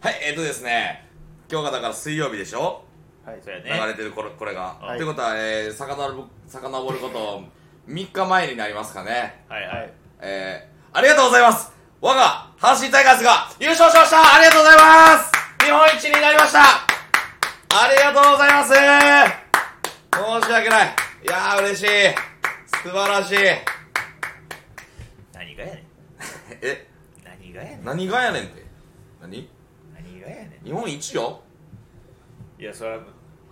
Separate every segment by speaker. Speaker 1: はい、えっ、とですね、今日がだから水曜日でしょ、
Speaker 2: はい
Speaker 3: そうやね
Speaker 1: 流れてるこれこれが。
Speaker 3: はい
Speaker 1: ってことは、えー、さかのぼるさかのぼること3日前になりますかね。
Speaker 3: はいは
Speaker 2: はいい
Speaker 1: えー、ありがとうございます我が阪神タイガースが優勝しましたありがとうございます日本一になりましたありがとうございます申し訳ないいやー嬉しい素晴らしい
Speaker 3: 何がやねん
Speaker 1: え、
Speaker 3: 何がやねん
Speaker 1: 何がやねんって何
Speaker 3: 何がやね
Speaker 1: 日本一よ
Speaker 3: んいやそれは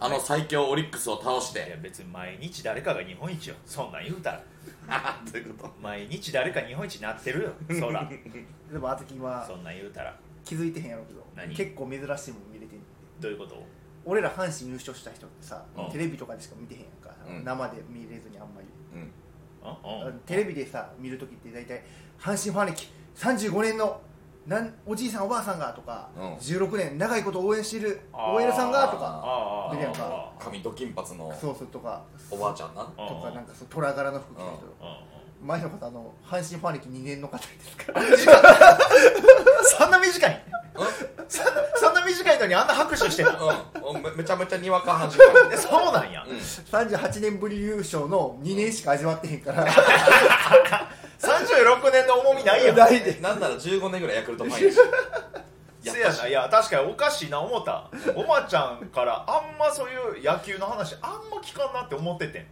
Speaker 1: あの最強オリックスを倒し
Speaker 3: いや
Speaker 1: て。
Speaker 3: 別に毎日誰かが日本一よそんなん言うたら
Speaker 1: ということ
Speaker 3: 毎日誰か日本一になってるよそ ら
Speaker 2: でもあずき今
Speaker 3: そんなん言うたら
Speaker 2: 気づいてへんやろうけ
Speaker 3: 何
Speaker 2: ど結構珍しいもん見れてん
Speaker 3: どういうこと
Speaker 2: 俺ら阪神優勝した人ってさ、
Speaker 3: うん
Speaker 2: テレビとかでしか見てへんやんか、
Speaker 1: うん
Speaker 2: 生で見れずにあんまり、
Speaker 1: うん。
Speaker 3: うんうん
Speaker 2: テレビでさ見るときって大体阪神ファン歴35年のなんおじいさんおばあさんがとか、
Speaker 1: うん
Speaker 2: 16年長いこと応援している OL さんがとか
Speaker 3: あーあーあー
Speaker 2: 見れんか
Speaker 3: あー
Speaker 1: 髪と金髪の
Speaker 2: そうそうとか
Speaker 1: おばあちゃんな。
Speaker 3: あー
Speaker 2: とかなんかそう虎柄の服着てる人
Speaker 3: うんうん
Speaker 2: 前の方あの阪神ファン歴2年の方ですから
Speaker 3: そんな短い そんなそんな短いのにあんな拍手 してた
Speaker 1: うんうん。めめちゃめちゃにわか阪神
Speaker 3: えそうなんや、
Speaker 1: ファン。うん。
Speaker 2: 38年ぶり優勝の2年しか味わってへんから
Speaker 3: 36年の重みないやん
Speaker 2: ないで
Speaker 1: なんな ら15年ぐらいヤクルトファンやし。
Speaker 3: せやないや確かにおかしいな思ったおばちゃんからあんまそういう野球の話あんま聞かんなって思っててん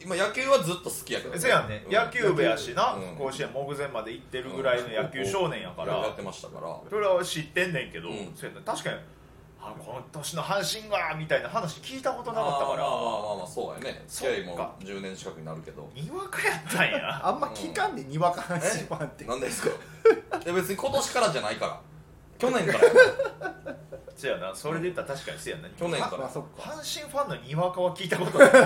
Speaker 1: 今野球はずっと好きやから、
Speaker 3: せやね、
Speaker 1: うん
Speaker 3: ん、野球部やしな、
Speaker 1: うん
Speaker 3: 甲子園目前まで行ってるぐらいの野球少年やから、
Speaker 1: やってましたから。
Speaker 3: それは知ってんねんけど、
Speaker 1: うん
Speaker 3: せやな確かにあこの年の阪神がみたいな話聞いたことなかった
Speaker 1: あ
Speaker 3: か
Speaker 1: ーまあまあま
Speaker 3: ら
Speaker 1: あまあ、そうやね。付
Speaker 3: そっ
Speaker 1: き合
Speaker 3: か
Speaker 1: いも10年近くになるけど。
Speaker 3: にわかやったんや
Speaker 2: あんま聞かんで、にわか阪神ファンって
Speaker 1: なんですか いや別に今年からじゃないから。去年からや。
Speaker 3: せやなそれで言ったら確かにせやな
Speaker 1: 去年か
Speaker 2: まあ
Speaker 1: ら。
Speaker 2: そっか
Speaker 3: 阪神ファンのにわかは聞いたことない 阪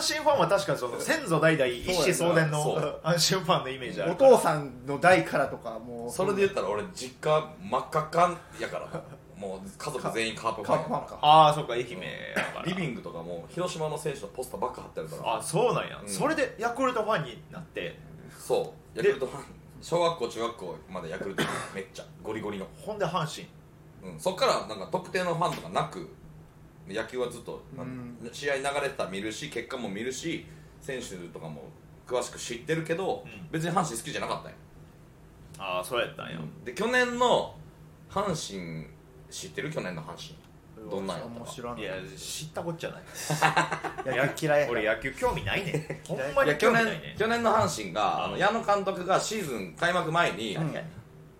Speaker 3: 神ファンは確かにその先祖代々一子相伝の
Speaker 1: そうや
Speaker 3: 阪神ファンのイメージあ
Speaker 2: お
Speaker 3: るから
Speaker 2: 父さんの代からとかもう
Speaker 1: それで言ったら俺、実家真っ赤っかんやから。もう家族全員カープフ
Speaker 2: カ
Speaker 1: ァン
Speaker 2: ー
Speaker 1: やか
Speaker 2: プフ
Speaker 1: ら
Speaker 2: ァンか
Speaker 3: ああそっか愛媛やから
Speaker 1: リビングとかも広島の選手のポスターばっか貼 ってあるから
Speaker 3: あそうなんや、
Speaker 1: うん
Speaker 3: それでヤクルトファンになって
Speaker 1: そうヤクルトファン小学校中学校までヤクルトファンめっちゃゴリゴリの、
Speaker 3: ほんで阪神
Speaker 1: うん、そっからなんか特定のファンとかなく野球はずっと、
Speaker 2: うん
Speaker 1: 試合流れてたら見るし結果も見るし選手とかも詳しく知ってるけど、
Speaker 3: うん
Speaker 1: 別に阪神好きじゃなかったんよ
Speaker 3: ああそうやったんや、
Speaker 1: で去年の阪神知ってる去年の阪神どんなんやったか
Speaker 2: 面白い
Speaker 3: いや知ったこっ ちゃない
Speaker 2: 野球嫌いや
Speaker 3: 俺野球興味ないねんほんま
Speaker 1: いや
Speaker 3: に
Speaker 1: 去
Speaker 3: 興味な
Speaker 1: 年
Speaker 3: いね
Speaker 1: 去年の阪神があの矢野監督がシーズン開幕前に、
Speaker 2: うん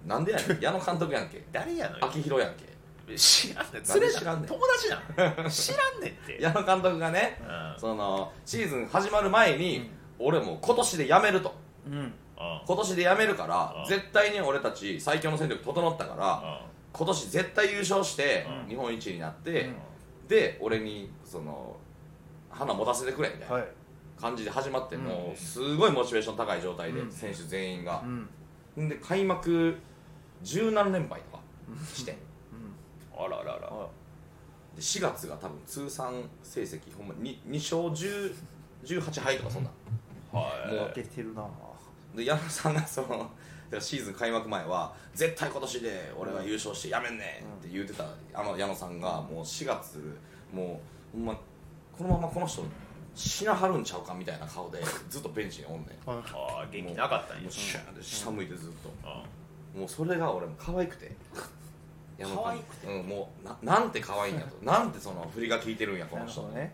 Speaker 1: なんでやねん矢野監督やんけ
Speaker 3: 誰やのよ
Speaker 1: 秋広やんけ
Speaker 3: 知らんねん
Speaker 1: なん
Speaker 3: 連
Speaker 1: で
Speaker 3: れ
Speaker 1: 知らんねん
Speaker 3: 友達 なん知らんねんって
Speaker 1: 矢野監督がね
Speaker 3: うんうん
Speaker 1: そのシーズン始まる前に、俺もう今年で辞めると
Speaker 2: うん
Speaker 1: 今年で辞めるから
Speaker 3: あ
Speaker 1: 絶対に俺たち最強の戦力整ったから
Speaker 3: う
Speaker 1: 今年絶対優勝して
Speaker 2: うん
Speaker 1: 日本一になって
Speaker 2: うん
Speaker 1: で俺にその花持たせてくれみたい
Speaker 2: は
Speaker 1: ない感じで始まって
Speaker 2: うん
Speaker 1: もうすごいモチベーション高い状態で
Speaker 2: うん
Speaker 1: 選手全員が
Speaker 2: うん
Speaker 1: で開幕十何連敗とかして
Speaker 2: うん
Speaker 3: んあららら
Speaker 1: で4月が多分通算成績ほんま 2, 勝10 18敗とかそんな
Speaker 3: は
Speaker 2: 負けてるな
Speaker 1: で矢野さんがそのだからシーズン開幕前は絶対今年で俺は優勝してやめんねんって言うてたあの矢野さんがもう4月もうほんまこのままこの人死なはるんちゃうかみたいな顔でずっとベンチにおんねん
Speaker 3: いあー元気なかったん
Speaker 1: も
Speaker 3: や
Speaker 1: うシューンって下向いてずっと
Speaker 3: う
Speaker 1: もうそれが俺も可愛くて矢野さん
Speaker 3: 可愛くて
Speaker 1: うん、もうななんて可愛いんやとなんてその振りが効いてるんやこの人と思って、
Speaker 2: なる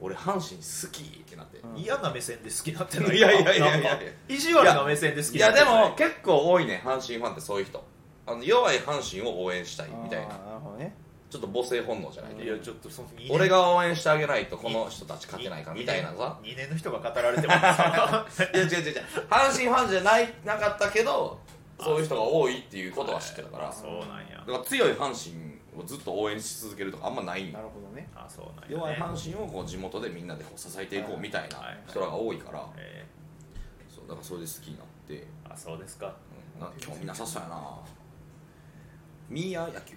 Speaker 1: 俺阪神好きってなって、
Speaker 2: うん
Speaker 3: ん嫌な目線で好きになってない
Speaker 1: いやいやいやいや
Speaker 3: なんか意地悪な目線で好き
Speaker 1: い
Speaker 3: にな
Speaker 1: や
Speaker 3: って
Speaker 1: で
Speaker 3: ない
Speaker 1: も結構多いね阪神ファンってそういう人あの弱い阪神を応援したいみたいな
Speaker 2: あーなるほどね
Speaker 1: ちょっと母性本能じゃないけど
Speaker 3: いやちょっとその
Speaker 1: 俺が応援してあげないとこの人たち勝てないからみたいなさ
Speaker 3: 2年の人が語られてもさ
Speaker 1: いや違う違う違う阪神ファンじゃないなかったけどそういう人が多いっていうことは知ってたから
Speaker 3: あ
Speaker 1: だ
Speaker 3: そうなんや
Speaker 1: から強い阪神をずっと応援し続けるとかあんまないん
Speaker 2: な
Speaker 1: よ
Speaker 2: るほどね
Speaker 3: あそうなんや
Speaker 1: 弱
Speaker 3: ね
Speaker 1: い阪神をこう地元でみんなでこう支えていこうみたいな人らが多いから
Speaker 3: え
Speaker 1: そうだからそれで好きになって
Speaker 3: ーあそうですか
Speaker 1: うんな興味なさそうやなミーヤ野球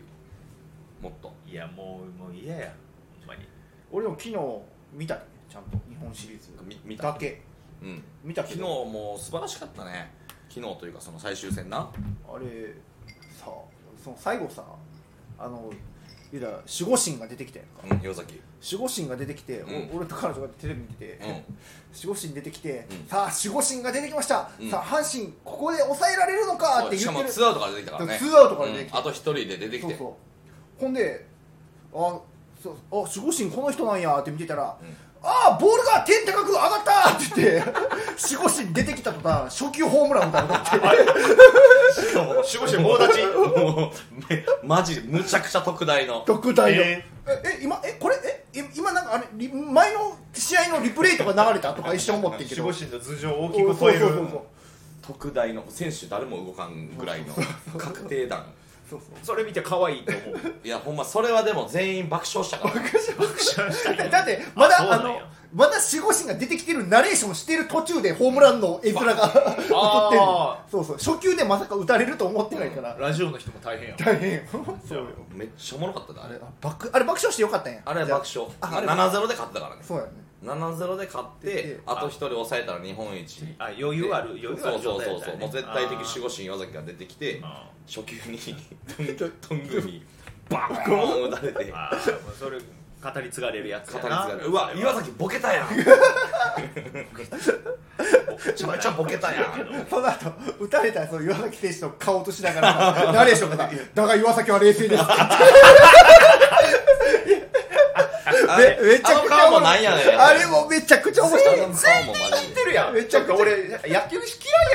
Speaker 1: もっと
Speaker 3: いやもうもう嫌やほんまに
Speaker 2: 俺でも昨日見たねちゃんと日本シリーズ
Speaker 1: み見た
Speaker 2: だけ
Speaker 1: うん
Speaker 2: 見た
Speaker 1: 昨
Speaker 2: け
Speaker 1: 日
Speaker 2: ど
Speaker 1: もう素晴らしかったね昨日というかその最終戦な
Speaker 2: あれさその最後さあの言うたら守護神が出てきたやんか
Speaker 1: うん、岩崎
Speaker 2: 守護神が出てきて、
Speaker 1: うん
Speaker 2: お俺と彼女がテレビ見てて、
Speaker 1: うん
Speaker 2: 守護神出てきて、
Speaker 1: うん
Speaker 2: さあ守護神が出てきました、
Speaker 1: うん
Speaker 2: さあ阪神ここで抑えられるのかって
Speaker 1: し
Speaker 2: 言
Speaker 1: か
Speaker 2: っ
Speaker 1: も
Speaker 2: てる
Speaker 1: ツーアウトから出てきたからね
Speaker 2: ツーアウトから出てきて
Speaker 1: うんあと一人で出てき
Speaker 2: そう
Speaker 1: て
Speaker 2: そうほんであそうあ守護神この人なんやって見てたら、
Speaker 1: ん
Speaker 2: ああボールが天高く上がったって言って 守護神出てきた途端初球ホームランみたいになって
Speaker 3: 守護神棒立ち
Speaker 1: もうめ マジむちゃくちゃ 特大の
Speaker 2: 特大の、え
Speaker 3: え
Speaker 2: え今えこれえい今なんかあれリ前の試合のリプレイとか流れたとか一瞬思ってんけ ど
Speaker 3: 守護神の頭上を大きく超
Speaker 2: そうそうそう
Speaker 3: える
Speaker 2: そう
Speaker 1: 特大の選手誰も動かんぐらいの確定弾
Speaker 2: そうそう
Speaker 3: それ見て可愛いと思う
Speaker 1: いやほんまそれはでも全員爆笑したからね
Speaker 2: だってまだ
Speaker 3: あそう
Speaker 2: あ
Speaker 3: なん
Speaker 2: の
Speaker 3: や
Speaker 2: まだ守護神が出てきてるナレーションしてる途中でホームランの絵面が
Speaker 3: あ
Speaker 2: 撮ってるそうそう初球でまさか打たれると思ってないから、
Speaker 3: ラジオの人も大変や
Speaker 2: 大変よ
Speaker 3: そうよ
Speaker 1: めっちゃおもろかったであ
Speaker 2: あれ
Speaker 1: れ
Speaker 2: あ爆あれ爆笑してよかったんや
Speaker 1: あれ
Speaker 2: じゃ
Speaker 1: 爆笑
Speaker 2: ああれ
Speaker 1: 7-0で勝ってたからね
Speaker 2: そうやね
Speaker 1: 7-0で勝っ
Speaker 2: え
Speaker 1: て
Speaker 2: え
Speaker 1: あと一人抑えたら日本一
Speaker 3: あ余裕ある余裕ある
Speaker 1: そう
Speaker 3: 状
Speaker 1: そうそうそう
Speaker 3: 態やったよね
Speaker 1: もう絶対的守護神岩崎が出てきて
Speaker 3: あ
Speaker 1: 初球にトン トングにバーン打たれて
Speaker 3: ーあーもうそれ語り継がれるやつ
Speaker 1: 語
Speaker 3: や
Speaker 1: り
Speaker 3: な
Speaker 1: 継がれるうわ岩崎ボケたやんめちゃめちゃボケたやん
Speaker 2: その後打たれたその岩崎選手の顔としながら ナレーションが「だが岩崎は冷静です」
Speaker 1: あ
Speaker 2: め
Speaker 1: れ
Speaker 2: めちゃ
Speaker 1: あの
Speaker 2: くちゃ
Speaker 1: 顔
Speaker 2: おも
Speaker 1: も
Speaker 2: ろ
Speaker 1: な
Speaker 2: い
Speaker 1: んやねん
Speaker 2: あれもめちゃくちゃ面白い
Speaker 1: あの顔もマジ
Speaker 3: 知
Speaker 1: で
Speaker 3: ってるやん
Speaker 2: めちゃくちゃ
Speaker 3: 俺野球嫌いや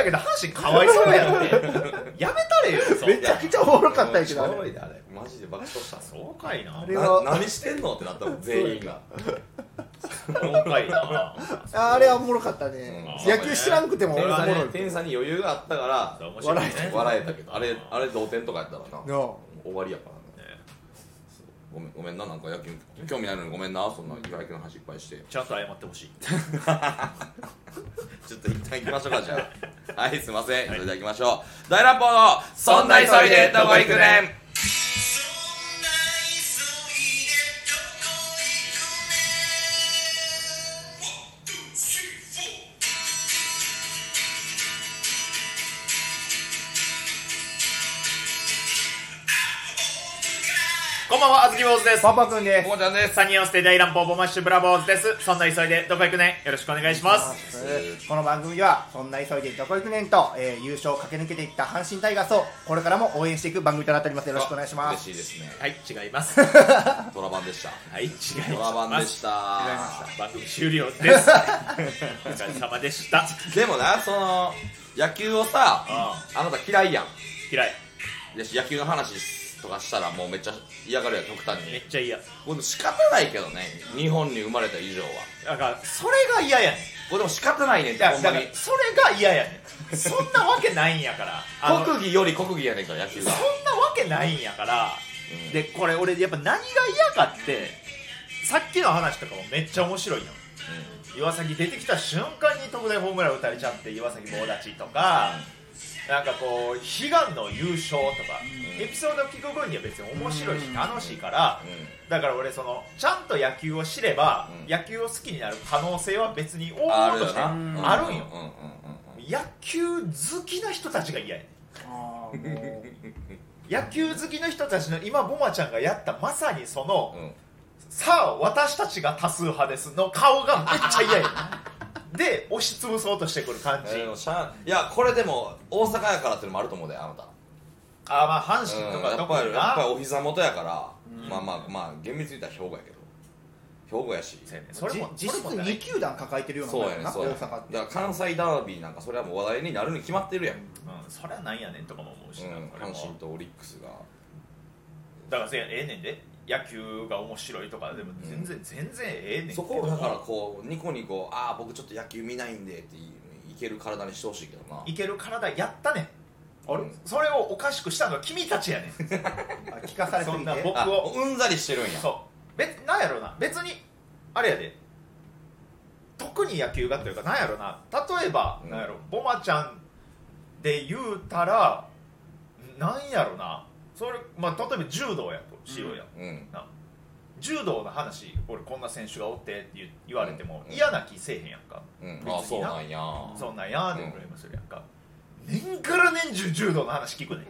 Speaker 3: けど阪神かわいそうやんってやめたれよそんな
Speaker 2: めちゃくちゃおもろかったんやけどあ
Speaker 1: おもろ
Speaker 2: れ
Speaker 1: いであれマジで爆笑した
Speaker 3: そうかいな
Speaker 2: あれ
Speaker 1: な何してんのってなったもん全員が
Speaker 3: そうかいな
Speaker 2: あれはおもろかったね
Speaker 1: うん
Speaker 2: 野球知らんくても
Speaker 1: 点
Speaker 2: 俺はお
Speaker 1: 差
Speaker 2: もろい
Speaker 1: に点差に余裕があったか
Speaker 3: 面
Speaker 1: ら
Speaker 3: 白いね
Speaker 1: 笑えたけどあれあれ同点とかやったらな
Speaker 2: なあ
Speaker 1: 終わりやからね
Speaker 3: ね
Speaker 1: ごめんごめんななんか野球興味ないのにごめんなそんな野球の話いっぱいして
Speaker 3: ちゃんと謝ってほしい
Speaker 1: ちょっと一旦行きましょうかじゃあ はいすいませんそれでは行きましょう大乱暴のそんな急いでどこ行くねん
Speaker 3: こんばんはあずき坊主です
Speaker 2: パパ君です
Speaker 1: ここちゃんです
Speaker 3: サニーオステ大乱暴ボマッシュブラボーズですそんな急いでどこ行くねよろしくお願いします
Speaker 2: この番組ではそんな急いでどこ行くねんと、えー優勝を駆け抜けていった阪神タイガースをこれからも応援していく番組となっておりますよろしくお願いします
Speaker 1: 嬉しいですね
Speaker 3: はい違います
Speaker 1: トラバンでした
Speaker 3: はい違い
Speaker 1: トラバン
Speaker 3: ま
Speaker 1: ですした
Speaker 3: 番組終了ですお疲れ様でした
Speaker 1: でもなその野球をさあなた嫌いやん
Speaker 3: 嫌い
Speaker 1: で野球の話とかしたらもうめっちゃ嫌がるやん極端
Speaker 3: め
Speaker 1: に
Speaker 3: っちゃ嫌
Speaker 1: これ仕方ないけどね日本に生まれた以上は
Speaker 3: だからそれが嫌やねん
Speaker 1: これでも仕方ないねん
Speaker 3: い
Speaker 1: て
Speaker 3: や
Speaker 1: ほんま
Speaker 3: だか
Speaker 1: に
Speaker 3: らそれが嫌やねんそんなわけないんやからあの
Speaker 1: 国技より国技やねんから野球
Speaker 3: そんな
Speaker 1: が
Speaker 3: わけないんやから、
Speaker 1: うん
Speaker 3: でこれ俺やっぱ何が嫌かってさっきの話とかもめっちゃ面白いやん岩崎出てきた瞬間に特大ホームラン打たれちゃって岩崎棒立ちとか、なんかこう悲願の優勝とか、エピソード聞く分には別に面白いし楽しいから、だから俺そのちゃんと野球を知れば、
Speaker 1: うん
Speaker 3: 野球を好きになる可能性は別に大
Speaker 1: ある
Speaker 3: 物と
Speaker 1: よ
Speaker 3: して
Speaker 1: な
Speaker 3: あるんよ、
Speaker 1: うんうんうんうん
Speaker 3: 野球好きな人たちが嫌やねん
Speaker 2: あーも
Speaker 3: 野球好きの人たちの今ボマちゃんがやったまさにその、
Speaker 1: うん
Speaker 3: さあ私たちが多数派ですの顔がめっちゃ嫌やねんで押し潰そうとしてくる感
Speaker 1: え
Speaker 3: じ、
Speaker 1: ーでもしゃあいやこれでも大阪やからっていうのもあると思うであなた
Speaker 3: あーまあ阪
Speaker 1: うん
Speaker 3: 神と
Speaker 1: や
Speaker 3: かど
Speaker 1: っ
Speaker 3: こ
Speaker 1: ぱ
Speaker 3: か
Speaker 1: りやっぱり
Speaker 3: な、
Speaker 1: お膝元やからまあまあまあ厳密に言ったら兵庫やけど兵庫やし
Speaker 3: そうやね
Speaker 2: う
Speaker 3: それも
Speaker 2: じ実質
Speaker 3: それもない
Speaker 2: 2球団抱えてるような
Speaker 1: そうや
Speaker 2: もん
Speaker 1: ね
Speaker 2: な
Speaker 1: そうや
Speaker 2: 大
Speaker 1: ねだ
Speaker 2: 阪
Speaker 1: か
Speaker 2: って
Speaker 1: ら関西ダービーなんかそれはもう話題になるに決まってるやん
Speaker 3: うん、そりゃなんやねんとかも思うしな、
Speaker 1: うん
Speaker 3: これ
Speaker 1: 阪神
Speaker 3: も
Speaker 1: とオリックスが
Speaker 3: だからせやええねんで野球が面白いとかでも全然、全然ええねんけ
Speaker 1: そ
Speaker 3: ど
Speaker 1: こをだからこうニコニコああ僕ちょっと野球見ないんでっていいける体にしてほしいけどない
Speaker 3: ける体やったねん
Speaker 1: あれ
Speaker 3: それをおかしくしたのは君たちやねん
Speaker 2: あ聞かされすぎ
Speaker 3: そんな
Speaker 2: て
Speaker 3: 僕
Speaker 1: あ
Speaker 3: を
Speaker 1: うんざりしてるんや
Speaker 3: そう別なんやろうな別にあれやで特に野球がというかなんやろうな例えば、
Speaker 1: うん
Speaker 3: なんやろボマちゃんで言うたらなんやろうなそれ、まあ、例えば柔道やとしようや、
Speaker 1: うん
Speaker 3: な柔道の話俺こんな選手がおってって言う言われても、
Speaker 1: うん
Speaker 3: 嫌な気せえへんやんか、
Speaker 1: うん
Speaker 3: 別にな
Speaker 1: あそうなんや
Speaker 3: そんなんやーって思いまするやんか、年から年中柔道の話聞くねん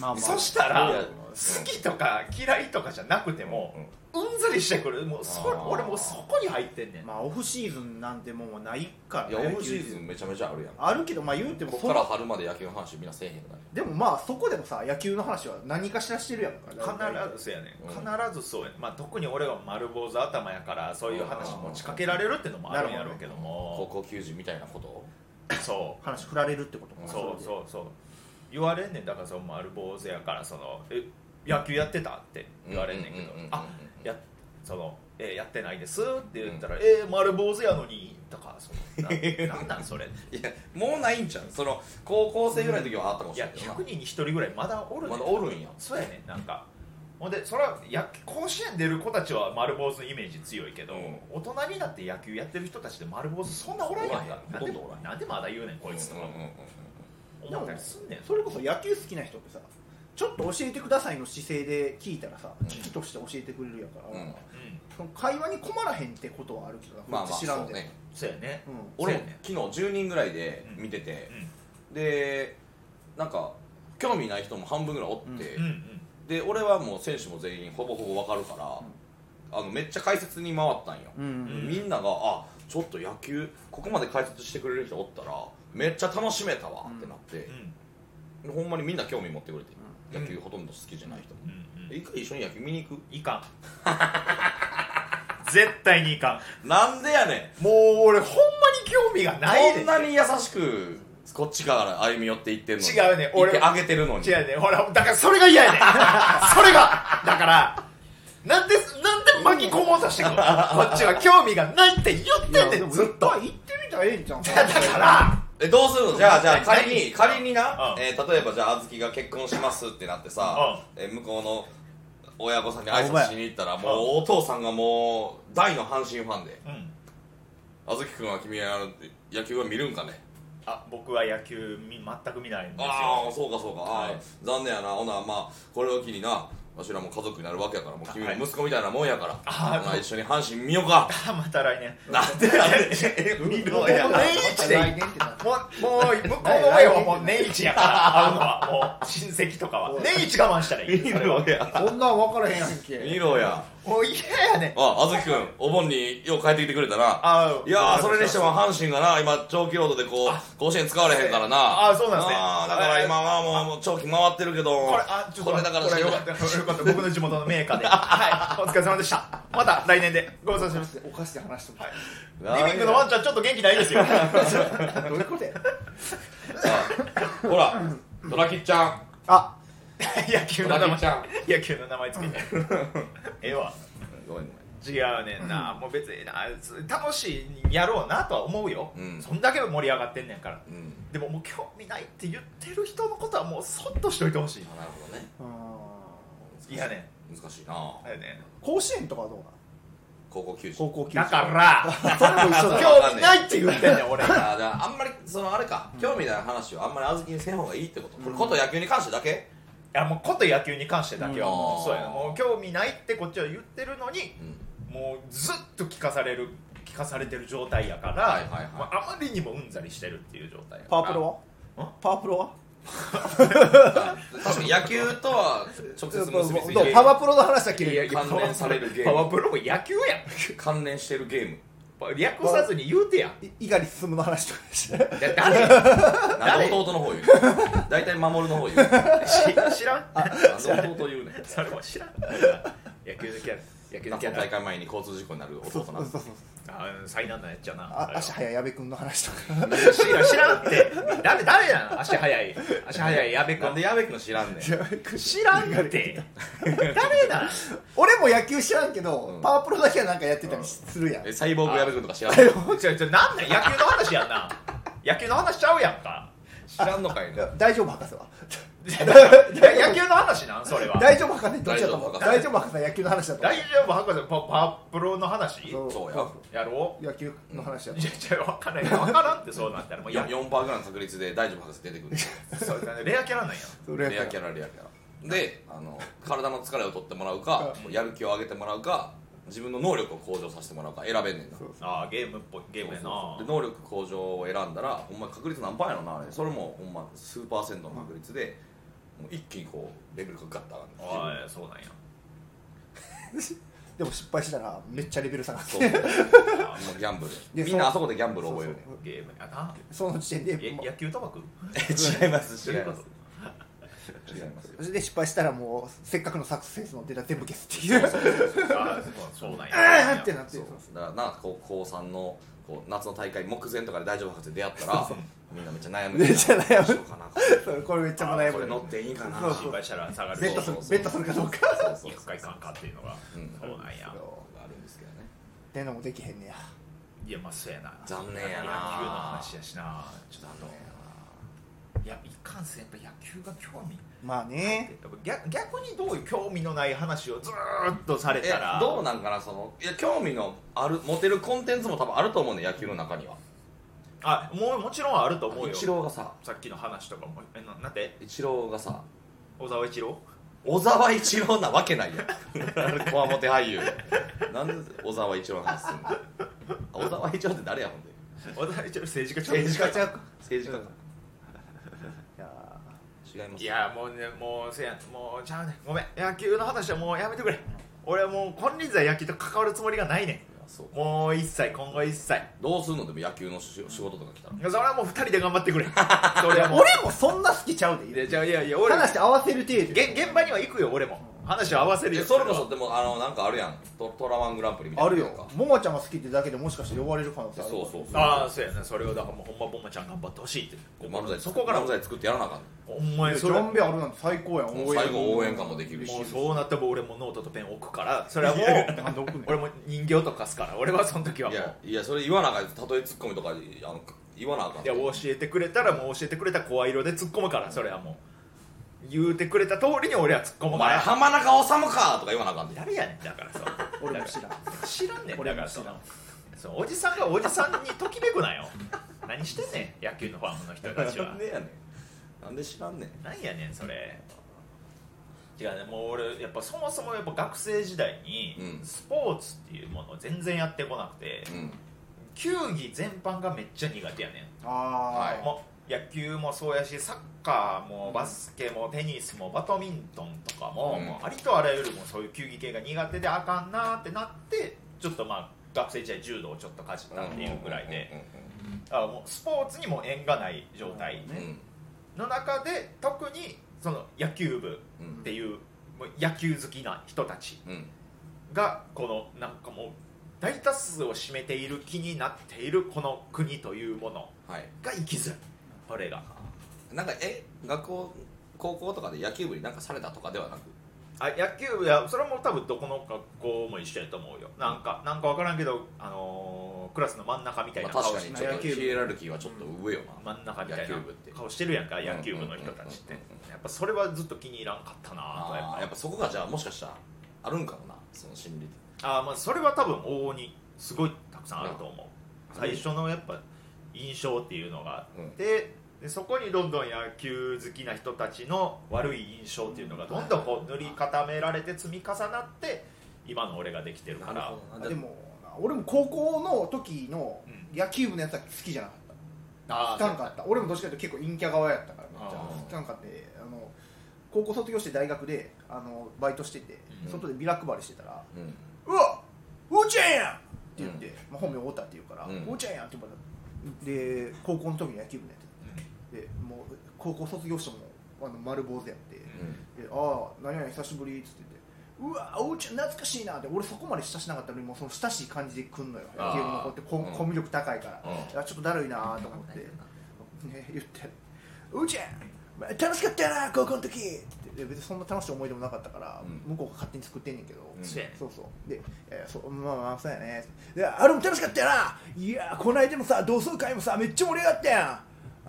Speaker 2: まあまあ
Speaker 3: そしたら
Speaker 1: いや
Speaker 3: 好きとか嫌いとかじゃなくてもうんずりしてくるもうそ
Speaker 1: あー
Speaker 3: 俺もうそこに入ってんねん
Speaker 2: まあオフシーズンなんてもうないから
Speaker 1: いや
Speaker 2: ね
Speaker 1: オフシーズ
Speaker 2: 野球
Speaker 1: ンめちゃめちゃあるやんこ
Speaker 2: あるけどまあ言うても
Speaker 1: こ
Speaker 2: そ
Speaker 1: か
Speaker 2: の
Speaker 1: ら春まで野球の話みんなせえへんよな
Speaker 2: でもまあそこでもさ野球の話は何かしらしてるやんか
Speaker 3: 必ずそうやね
Speaker 1: うん
Speaker 3: ん必ずそうやねんまあ特に俺は丸坊主頭やからそういう話持ちかけられるってのもあるんやろうけど
Speaker 1: 高
Speaker 3: も
Speaker 1: 校球児みたいなこと
Speaker 3: そう
Speaker 2: 話振られるってことか
Speaker 3: そうそうそう言われんねんだからその丸坊主やからそのえ野球やってたって言われんねんけ
Speaker 1: うんうん
Speaker 3: ど
Speaker 1: うんうん
Speaker 3: あやそのえーやってないですって言ったら、えー丸坊主やのにとかそのななんなんそれ
Speaker 1: いやもうないんちゃうその高校生ぐらいの時はあったかも
Speaker 3: い
Speaker 1: しれ
Speaker 3: や
Speaker 1: ないけどな
Speaker 3: 100人に1人ぐらいまだおるね
Speaker 1: まだおるんや
Speaker 3: そうやねんなんかほんでそれは野球甲子園出る子たちは丸坊主のイメージ強いけど、
Speaker 1: うん
Speaker 3: 大人になって野球やってる人たちで丸坊主そんなおらんやんか
Speaker 1: おらんやん
Speaker 3: なんで
Speaker 1: ほとんどおらん
Speaker 3: なんでまだ言うねんこいつと
Speaker 1: うん
Speaker 3: か
Speaker 1: うんうんうん
Speaker 3: 思ったりすんねん
Speaker 2: それこそ野球好きな人ってさちょっと教えてくださいの姿勢で聞いたらさ
Speaker 1: ん
Speaker 2: 危機として教えてくれるやから、
Speaker 1: うん
Speaker 3: うん
Speaker 2: その会話に困らへんってことはあるけどな
Speaker 1: まあ
Speaker 2: こ
Speaker 1: ま
Speaker 2: っ
Speaker 1: あ
Speaker 2: ち知ら
Speaker 1: そ
Speaker 2: ん
Speaker 1: う
Speaker 2: で、
Speaker 1: ね
Speaker 3: そうやね
Speaker 2: うん
Speaker 1: 俺も
Speaker 3: そうやね
Speaker 1: 昨日10人ぐらいで見ててでなんか興味ない人も半分ぐらいおって
Speaker 3: うんうんうん
Speaker 1: で俺はもう選手も全員ほぼほぼ分かるからあのめっちゃ解説に回ったんよ
Speaker 2: うんうん
Speaker 1: みんながあちょっと野球ここまで解説してくれる人おったらめっちゃ楽しめたわってなってでほんまにみんな興味持ってくれて
Speaker 3: うん
Speaker 1: 野球ほとんど好きじゃない人も
Speaker 3: うんうんうん
Speaker 1: 一回一緒に野球見に行く
Speaker 3: いかん絶対にいか
Speaker 1: なんでやね
Speaker 3: んもう俺ほんまに興味がない
Speaker 1: んこ
Speaker 3: ね
Speaker 1: んなに優しくこっちから歩み寄っていってんのに
Speaker 3: 違うね俺
Speaker 1: 行ってあげてるのに
Speaker 3: 違うねほらだからそれが嫌やねんそれがだからなんでなんで巻き込もうとしてくるこっちは興味がないって言
Speaker 2: や
Speaker 3: ってんね
Speaker 2: で
Speaker 3: ん
Speaker 2: も
Speaker 3: ずっと
Speaker 2: いっぱい行ってみたらええんじゃん
Speaker 3: だから
Speaker 1: えどうするのじゃあじゃあ
Speaker 3: 何
Speaker 1: 仮に仮にな、
Speaker 3: うん
Speaker 1: えー例えばじゃああずきが結婚しますってなってさ、えー向こうの親御さんに挨拶しに行ったらもうお父さんがもう大の阪神ファンで
Speaker 3: うん
Speaker 1: 「あずき君は君は野球は見るんかね?
Speaker 3: あ僕は野球み全く見ないん」ですよ
Speaker 1: ああそうかそうか、あ
Speaker 3: は
Speaker 1: ー
Speaker 3: い
Speaker 1: 残念やなほなまあこれを機になわしらも家族になるわけやからもう君も息子みたいなもんやから、
Speaker 3: はい
Speaker 1: ほな一緒に阪神見よう か
Speaker 3: あまた来年
Speaker 1: なんでやねん見
Speaker 2: もう
Speaker 1: や
Speaker 3: や
Speaker 2: もう年一でいいねんってなって
Speaker 3: もう、もう、向こうの親はもう年一やから、会うのは、もう、親戚とかは。年一我慢したらいい。
Speaker 1: 見ろや
Speaker 2: そんなん分からへんやんけ
Speaker 1: 見ろや
Speaker 3: もう嫌やね。
Speaker 1: ああずき 君お盆によう帰ってきてくれたな
Speaker 3: あ
Speaker 1: いやーそれにしても阪神がな今長期ロードでこう甲子園使われへんからな
Speaker 3: あーそうなんですね
Speaker 1: あーだから今はもうもう長期回ってるけど
Speaker 3: これ、あ、ちょっと、
Speaker 1: これだから
Speaker 3: これよかった、よかった。僕の地元のメー カーで。はい。お疲れ様でした。また来年で。ご無沙汰して ます。
Speaker 2: お菓子で話してもら
Speaker 1: なん
Speaker 3: リ
Speaker 1: や
Speaker 3: ビングのワンちゃん、ちょっと元気ないです よ。
Speaker 2: うどういうことや
Speaker 1: あほらトラキッち ゃん
Speaker 2: あ
Speaker 3: 野球
Speaker 1: ト
Speaker 3: の
Speaker 1: ラ
Speaker 3: 名
Speaker 1: キッ
Speaker 3: 前
Speaker 1: ち、ゃん
Speaker 3: 野球の名前 つけて。ええわ。
Speaker 1: ごめん
Speaker 3: 違うねんな。もう別にな、楽しいんやろうなとは思うよ
Speaker 1: う。ん
Speaker 3: そんだけ盛り上がってんねんから。
Speaker 1: ごめんうん
Speaker 3: でももう興味ないって言ってる人のことはもうそっとしといてほしい
Speaker 1: あなるほどね
Speaker 2: うん
Speaker 3: いやね
Speaker 1: 難しいなあ
Speaker 3: だよね
Speaker 2: 甲子園とかはどうなの
Speaker 1: 高校球児
Speaker 2: 高校球児
Speaker 3: だから
Speaker 2: それも一緒だ
Speaker 1: 今日
Speaker 3: 興味ないって言ってんねん俺
Speaker 1: あーだからあんまりそのあれか興味ない話はあんまりあずきにせん方がいいってことこれこと野球に関してだけ
Speaker 3: いやもうこと野球に関してだけはも
Speaker 1: う
Speaker 3: うんそうやなもう興味ないってこっちは言ってるのに
Speaker 1: うん
Speaker 3: もうずっと聞かされる聞かされてる状態やから、
Speaker 1: はいはいはい
Speaker 3: まあ、あまりにもうんざりしてるっていう状態や
Speaker 2: パ
Speaker 3: から
Speaker 2: ワープロはパワープロは
Speaker 1: 確かに野球とは直接結びつい
Speaker 2: ど
Speaker 1: て
Speaker 2: う
Speaker 1: る
Speaker 2: パワープロの話だけ
Speaker 3: いやいや
Speaker 1: 関連されるゲーム
Speaker 3: パワープロも野球や
Speaker 1: 関連してるゲーム
Speaker 3: ん略さずに言うてや
Speaker 2: い猪狩進の話とかして
Speaker 3: だ誰や
Speaker 1: なん
Speaker 3: 誰
Speaker 1: で弟の方言う大体守るの方言う
Speaker 3: し知らん
Speaker 1: なんで弟言うねん
Speaker 3: それも知らん野球のキャラ野球のキ
Speaker 1: 夏
Speaker 3: ャ
Speaker 1: の
Speaker 3: ラ
Speaker 1: 大会前に交通事故になる
Speaker 2: そう
Speaker 1: 弟
Speaker 2: そう
Speaker 1: なんで
Speaker 2: そうそう
Speaker 3: あうん災難なやっちゃな
Speaker 2: あ
Speaker 3: あれは
Speaker 2: 足早矢部君の話とか
Speaker 3: 知らん知らんって誰誰やん足速い足速い矢
Speaker 1: な
Speaker 3: 部
Speaker 1: んで
Speaker 3: 君
Speaker 1: 矢部君知らんねん
Speaker 3: 知らんって誰だ
Speaker 2: 俺も野球知らんけど、
Speaker 1: うん
Speaker 2: パワープロだけはなんかやってたりするやん、
Speaker 1: えサイボーグ矢部君とか知らん
Speaker 3: ちょちょなんなん野球の話やんな野球の話ちゃうやんか
Speaker 1: 知らんの かいな
Speaker 2: 大丈夫博士は
Speaker 3: 野球の話なんそれは
Speaker 2: 大丈夫博士どっちだと思う
Speaker 1: 大
Speaker 2: 大
Speaker 1: 丈
Speaker 2: 丈夫博士は野球の話だと思
Speaker 3: 大丈夫博士パパプロの話
Speaker 2: う
Speaker 1: そうや
Speaker 3: やろ
Speaker 2: 野球の話だ
Speaker 3: う
Speaker 2: と
Speaker 3: いやちょ分からん分からんってそうなったらもうや
Speaker 1: 4%ぐらいの確率で大丈夫博士出てくる
Speaker 3: そうだねレアキャラなんや
Speaker 2: 思う
Speaker 1: レアキャラレアキャラであの体の疲れを取ってもらうかやる気を上げてもらうか自分の能力を向上させてもらうか選べんねんな
Speaker 2: そう
Speaker 3: ああゲームっぽいゲームやな
Speaker 1: で能力向上を選んだらほんま確率何パーやろなあれそれもほんま数パーセントの確率でもう一気にこうレベルがガッと上がるんです
Speaker 3: ああそうなんや
Speaker 2: でも失敗したらめっちゃレベル下がって
Speaker 1: そうあもうギャンブル
Speaker 2: で
Speaker 1: みんな
Speaker 2: そう
Speaker 1: あそこでギャンブル覚えるね
Speaker 2: そう
Speaker 3: ゲームやな
Speaker 2: そうその時点で
Speaker 3: え
Speaker 2: ま
Speaker 3: 野球賭博
Speaker 1: 違います
Speaker 3: どう
Speaker 1: 違
Speaker 3: い
Speaker 1: いうます違い
Speaker 3: こと
Speaker 1: ますよ
Speaker 2: それで失敗したらもうせっかくのサクセスのデータ全部消すっていうう
Speaker 3: あーそうなんや
Speaker 2: ーん ってなっ
Speaker 1: そ
Speaker 2: て
Speaker 1: う
Speaker 2: る
Speaker 1: だからな高高3のこう夏の大会目前とかで大丈夫博士出会ったらみんなめっちゃ悩む
Speaker 2: めっちゃ悩
Speaker 1: どう
Speaker 2: む
Speaker 1: しようかな
Speaker 2: そうこれめっちゃもらえ
Speaker 1: これ
Speaker 2: る
Speaker 1: 乗っていいかな
Speaker 2: そう
Speaker 3: 心配したら下がる
Speaker 2: ベッドす
Speaker 1: そうそ
Speaker 2: る
Speaker 1: うそう
Speaker 2: ベッドするかどうか
Speaker 1: そうそう
Speaker 3: 行くか行かんかっていうのが
Speaker 1: うん
Speaker 3: そうなんや
Speaker 1: あるんですけどね
Speaker 2: っていうのもできへんねや
Speaker 3: いやまあそうやな
Speaker 1: 残念やな
Speaker 3: 野球の話やしなちょっとあのいやいかんせんやっぱ野球が興味
Speaker 2: まあね
Speaker 3: やっぱ逆逆にどういう興味のない話をずーっとされ
Speaker 1: え
Speaker 3: たら
Speaker 1: どうなんかなそのいや興味のある持てるコンテンツも多分あると思うね野球の中には
Speaker 3: あもうもちろんあると思うよ
Speaker 1: 一郎がさ
Speaker 3: さっきの話とかもえななんて
Speaker 1: 一郎がさ
Speaker 3: 小沢一 郎
Speaker 1: 小沢一郎なわけないやん こわもて俳優なんで小沢一郎の話すんの小沢一郎って誰やほんで
Speaker 3: 小沢一郎政治家ちゃう
Speaker 1: 政治家ちゃうか
Speaker 2: う
Speaker 1: 政
Speaker 2: ん
Speaker 1: 治
Speaker 2: い
Speaker 1: 家か
Speaker 2: や
Speaker 1: 違います
Speaker 3: いやもうねもうせやもうちゃうねごめん野球の話はもうやめてくれ俺はもう金輪際野球と関わるつもりがないね
Speaker 1: いやそうん
Speaker 3: もう一切今後一切
Speaker 1: どうするのでも野球の仕仕事とか来たら
Speaker 3: それはもう二人で頑張ってくれそれはもう
Speaker 2: 俺もそんな好きちゃうで
Speaker 3: い
Speaker 2: 言う
Speaker 3: やちゃういやいや俺
Speaker 2: 話合わせる程度
Speaker 3: 現現場には行くよ俺も話を合わせる
Speaker 1: え
Speaker 3: よ
Speaker 1: それこそでもあのなんかあるやんトトラワングランプリみたい
Speaker 2: あ
Speaker 1: な
Speaker 2: る
Speaker 1: なんか
Speaker 2: よももちゃんが好きってだけでもしかして呼ばれる可能性
Speaker 1: そう
Speaker 2: ある
Speaker 1: そうそう
Speaker 3: ああそうやなそれをだからもうほんまボンマちゃん頑張ってほしいって
Speaker 1: 漫才
Speaker 3: そこから
Speaker 1: 漫才作ってやらなあかん
Speaker 3: お前
Speaker 2: ジ
Speaker 3: それ
Speaker 2: ョ
Speaker 3: も
Speaker 2: ンベあるなんて最高やん
Speaker 1: もう最後応援歌もできるし
Speaker 3: うそうなったら俺もノートとペン置くからそれはも
Speaker 2: なんで
Speaker 3: う
Speaker 2: 置くねん
Speaker 3: 俺も人形とかすから俺はその時はも
Speaker 1: いうやいやそれ言わなあかんたとえツッコミとかあの言わなあかん
Speaker 3: いや教えてくれたらもう教えてくれた声色で突っ込むからそれはもう言うてくれた通りに俺は突っ込
Speaker 1: お
Speaker 3: むか
Speaker 1: 前
Speaker 3: ら
Speaker 1: 浜中治かとか言わなあかんで
Speaker 3: 誰やねんだからさ
Speaker 2: 俺も 知らん
Speaker 3: 知らんねん
Speaker 2: 俺も
Speaker 3: だから
Speaker 2: 知
Speaker 3: さ
Speaker 2: らん
Speaker 3: そうおじさんがおじさんにときめくなよ何してんねん野球のファンの人たち
Speaker 1: な
Speaker 3: は
Speaker 1: んでや ねんなんで知らんねん
Speaker 3: なんやねんそれ違うねもう俺やっぱそもそもやっぱ学生時代に
Speaker 1: うん
Speaker 3: スポーツっていうものを全然やってこなくて、
Speaker 1: うん
Speaker 3: 球技全般がめっちゃ苦手やねん
Speaker 2: ああ
Speaker 3: もう野球もそうやしサッカーもバスケもテニスもバドミントンとかも,、
Speaker 1: うん
Speaker 3: もうありとあらゆるもうそういう球技系が苦手であかんなーってなってちょっとまあ学生時代柔道をちょっとかじったっていうぐらいでだからもうスポーツにも縁がない状態
Speaker 1: うんうんうん
Speaker 3: の中で特にその野球部
Speaker 1: うん
Speaker 3: っていうもう野球好きな人たち
Speaker 1: うんうん
Speaker 3: がこのなんかもう大多数を占めている気になっているこの国というもの
Speaker 1: はい
Speaker 3: が生きづらいこれが
Speaker 1: なんかえ学校高校とかで野球部になんかされたとかではなく
Speaker 3: あ野球部やそれはもう多分どこの学校も一緒やと思うよなんかなんか分からんけど、あのークラスの真ん中みたい
Speaker 1: ま
Speaker 3: な
Speaker 1: あ
Speaker 3: 顔
Speaker 1: 確か
Speaker 3: し
Speaker 1: に
Speaker 3: て、
Speaker 1: ちょっ
Speaker 2: 野
Speaker 1: とヒ
Speaker 2: 球部
Speaker 1: エラルキーはちょっと上よな
Speaker 3: 真ん中みたい
Speaker 1: 野
Speaker 3: な
Speaker 1: 球部って
Speaker 3: 顔してるやんか野球部の人たちって
Speaker 1: うんうんうんうん
Speaker 3: やっぱそれはずっと気に入らんかったなぁとはやっ
Speaker 1: あ
Speaker 3: ぱ
Speaker 1: ーやっぱそこがじゃあもしかしたらあるんかもなその心理
Speaker 3: あーまあそれは多分往々にすごいたくさんあると思う最初のやっぱ印象っていうのがあって、でそこにどんどん野球好きな人たちの悪い印象っていうのがどんどんこう塗り固められて積み重なって今の俺ができてるから
Speaker 1: で
Speaker 2: でも俺も高校の時の
Speaker 3: うん
Speaker 2: 野球部のやつは好きじゃなかった
Speaker 3: あ
Speaker 2: つ
Speaker 3: ー
Speaker 2: かんかった俺もどっちかというと結構陰キャ側やったからめっち
Speaker 3: あ
Speaker 2: ゃ
Speaker 3: ー
Speaker 2: つかんかってあの高校卒業して大学であのバイトしてて、
Speaker 3: うん
Speaker 2: 外でビラ配りしてたら「
Speaker 1: うん
Speaker 2: うわおーちゃんやん!」って言って、まあ、本名太田って言うから「
Speaker 1: う
Speaker 2: お
Speaker 1: ん
Speaker 2: ーちゃんやん!」って言われたで高校の時に野球部のやつでもう高校卒業してもあの丸坊主やっ
Speaker 1: う
Speaker 2: て、
Speaker 1: ん
Speaker 2: でああ何々久しぶりっつって言ってうわおうちゃん懐かしいなって俺そこまで親しなかったのにもうその親しい感じで来んのよ
Speaker 1: あー
Speaker 2: 野球部の子ってこ
Speaker 1: うん
Speaker 2: コミュ力高いから、
Speaker 1: うん
Speaker 2: あちょっとだるいなと思って、ね、言って「うーちゃんまあ楽しかったよな高校の時」ってで別にそんな楽しい思い出もなかったから、
Speaker 1: うん
Speaker 2: 向こうが勝手に作ってんねんけど、
Speaker 1: うん
Speaker 3: そうやね
Speaker 2: そうそうで、えーそうまあまあそうやねであれも楽しかったよないやーこの間もさ同窓会もさめっちゃ盛り上がったや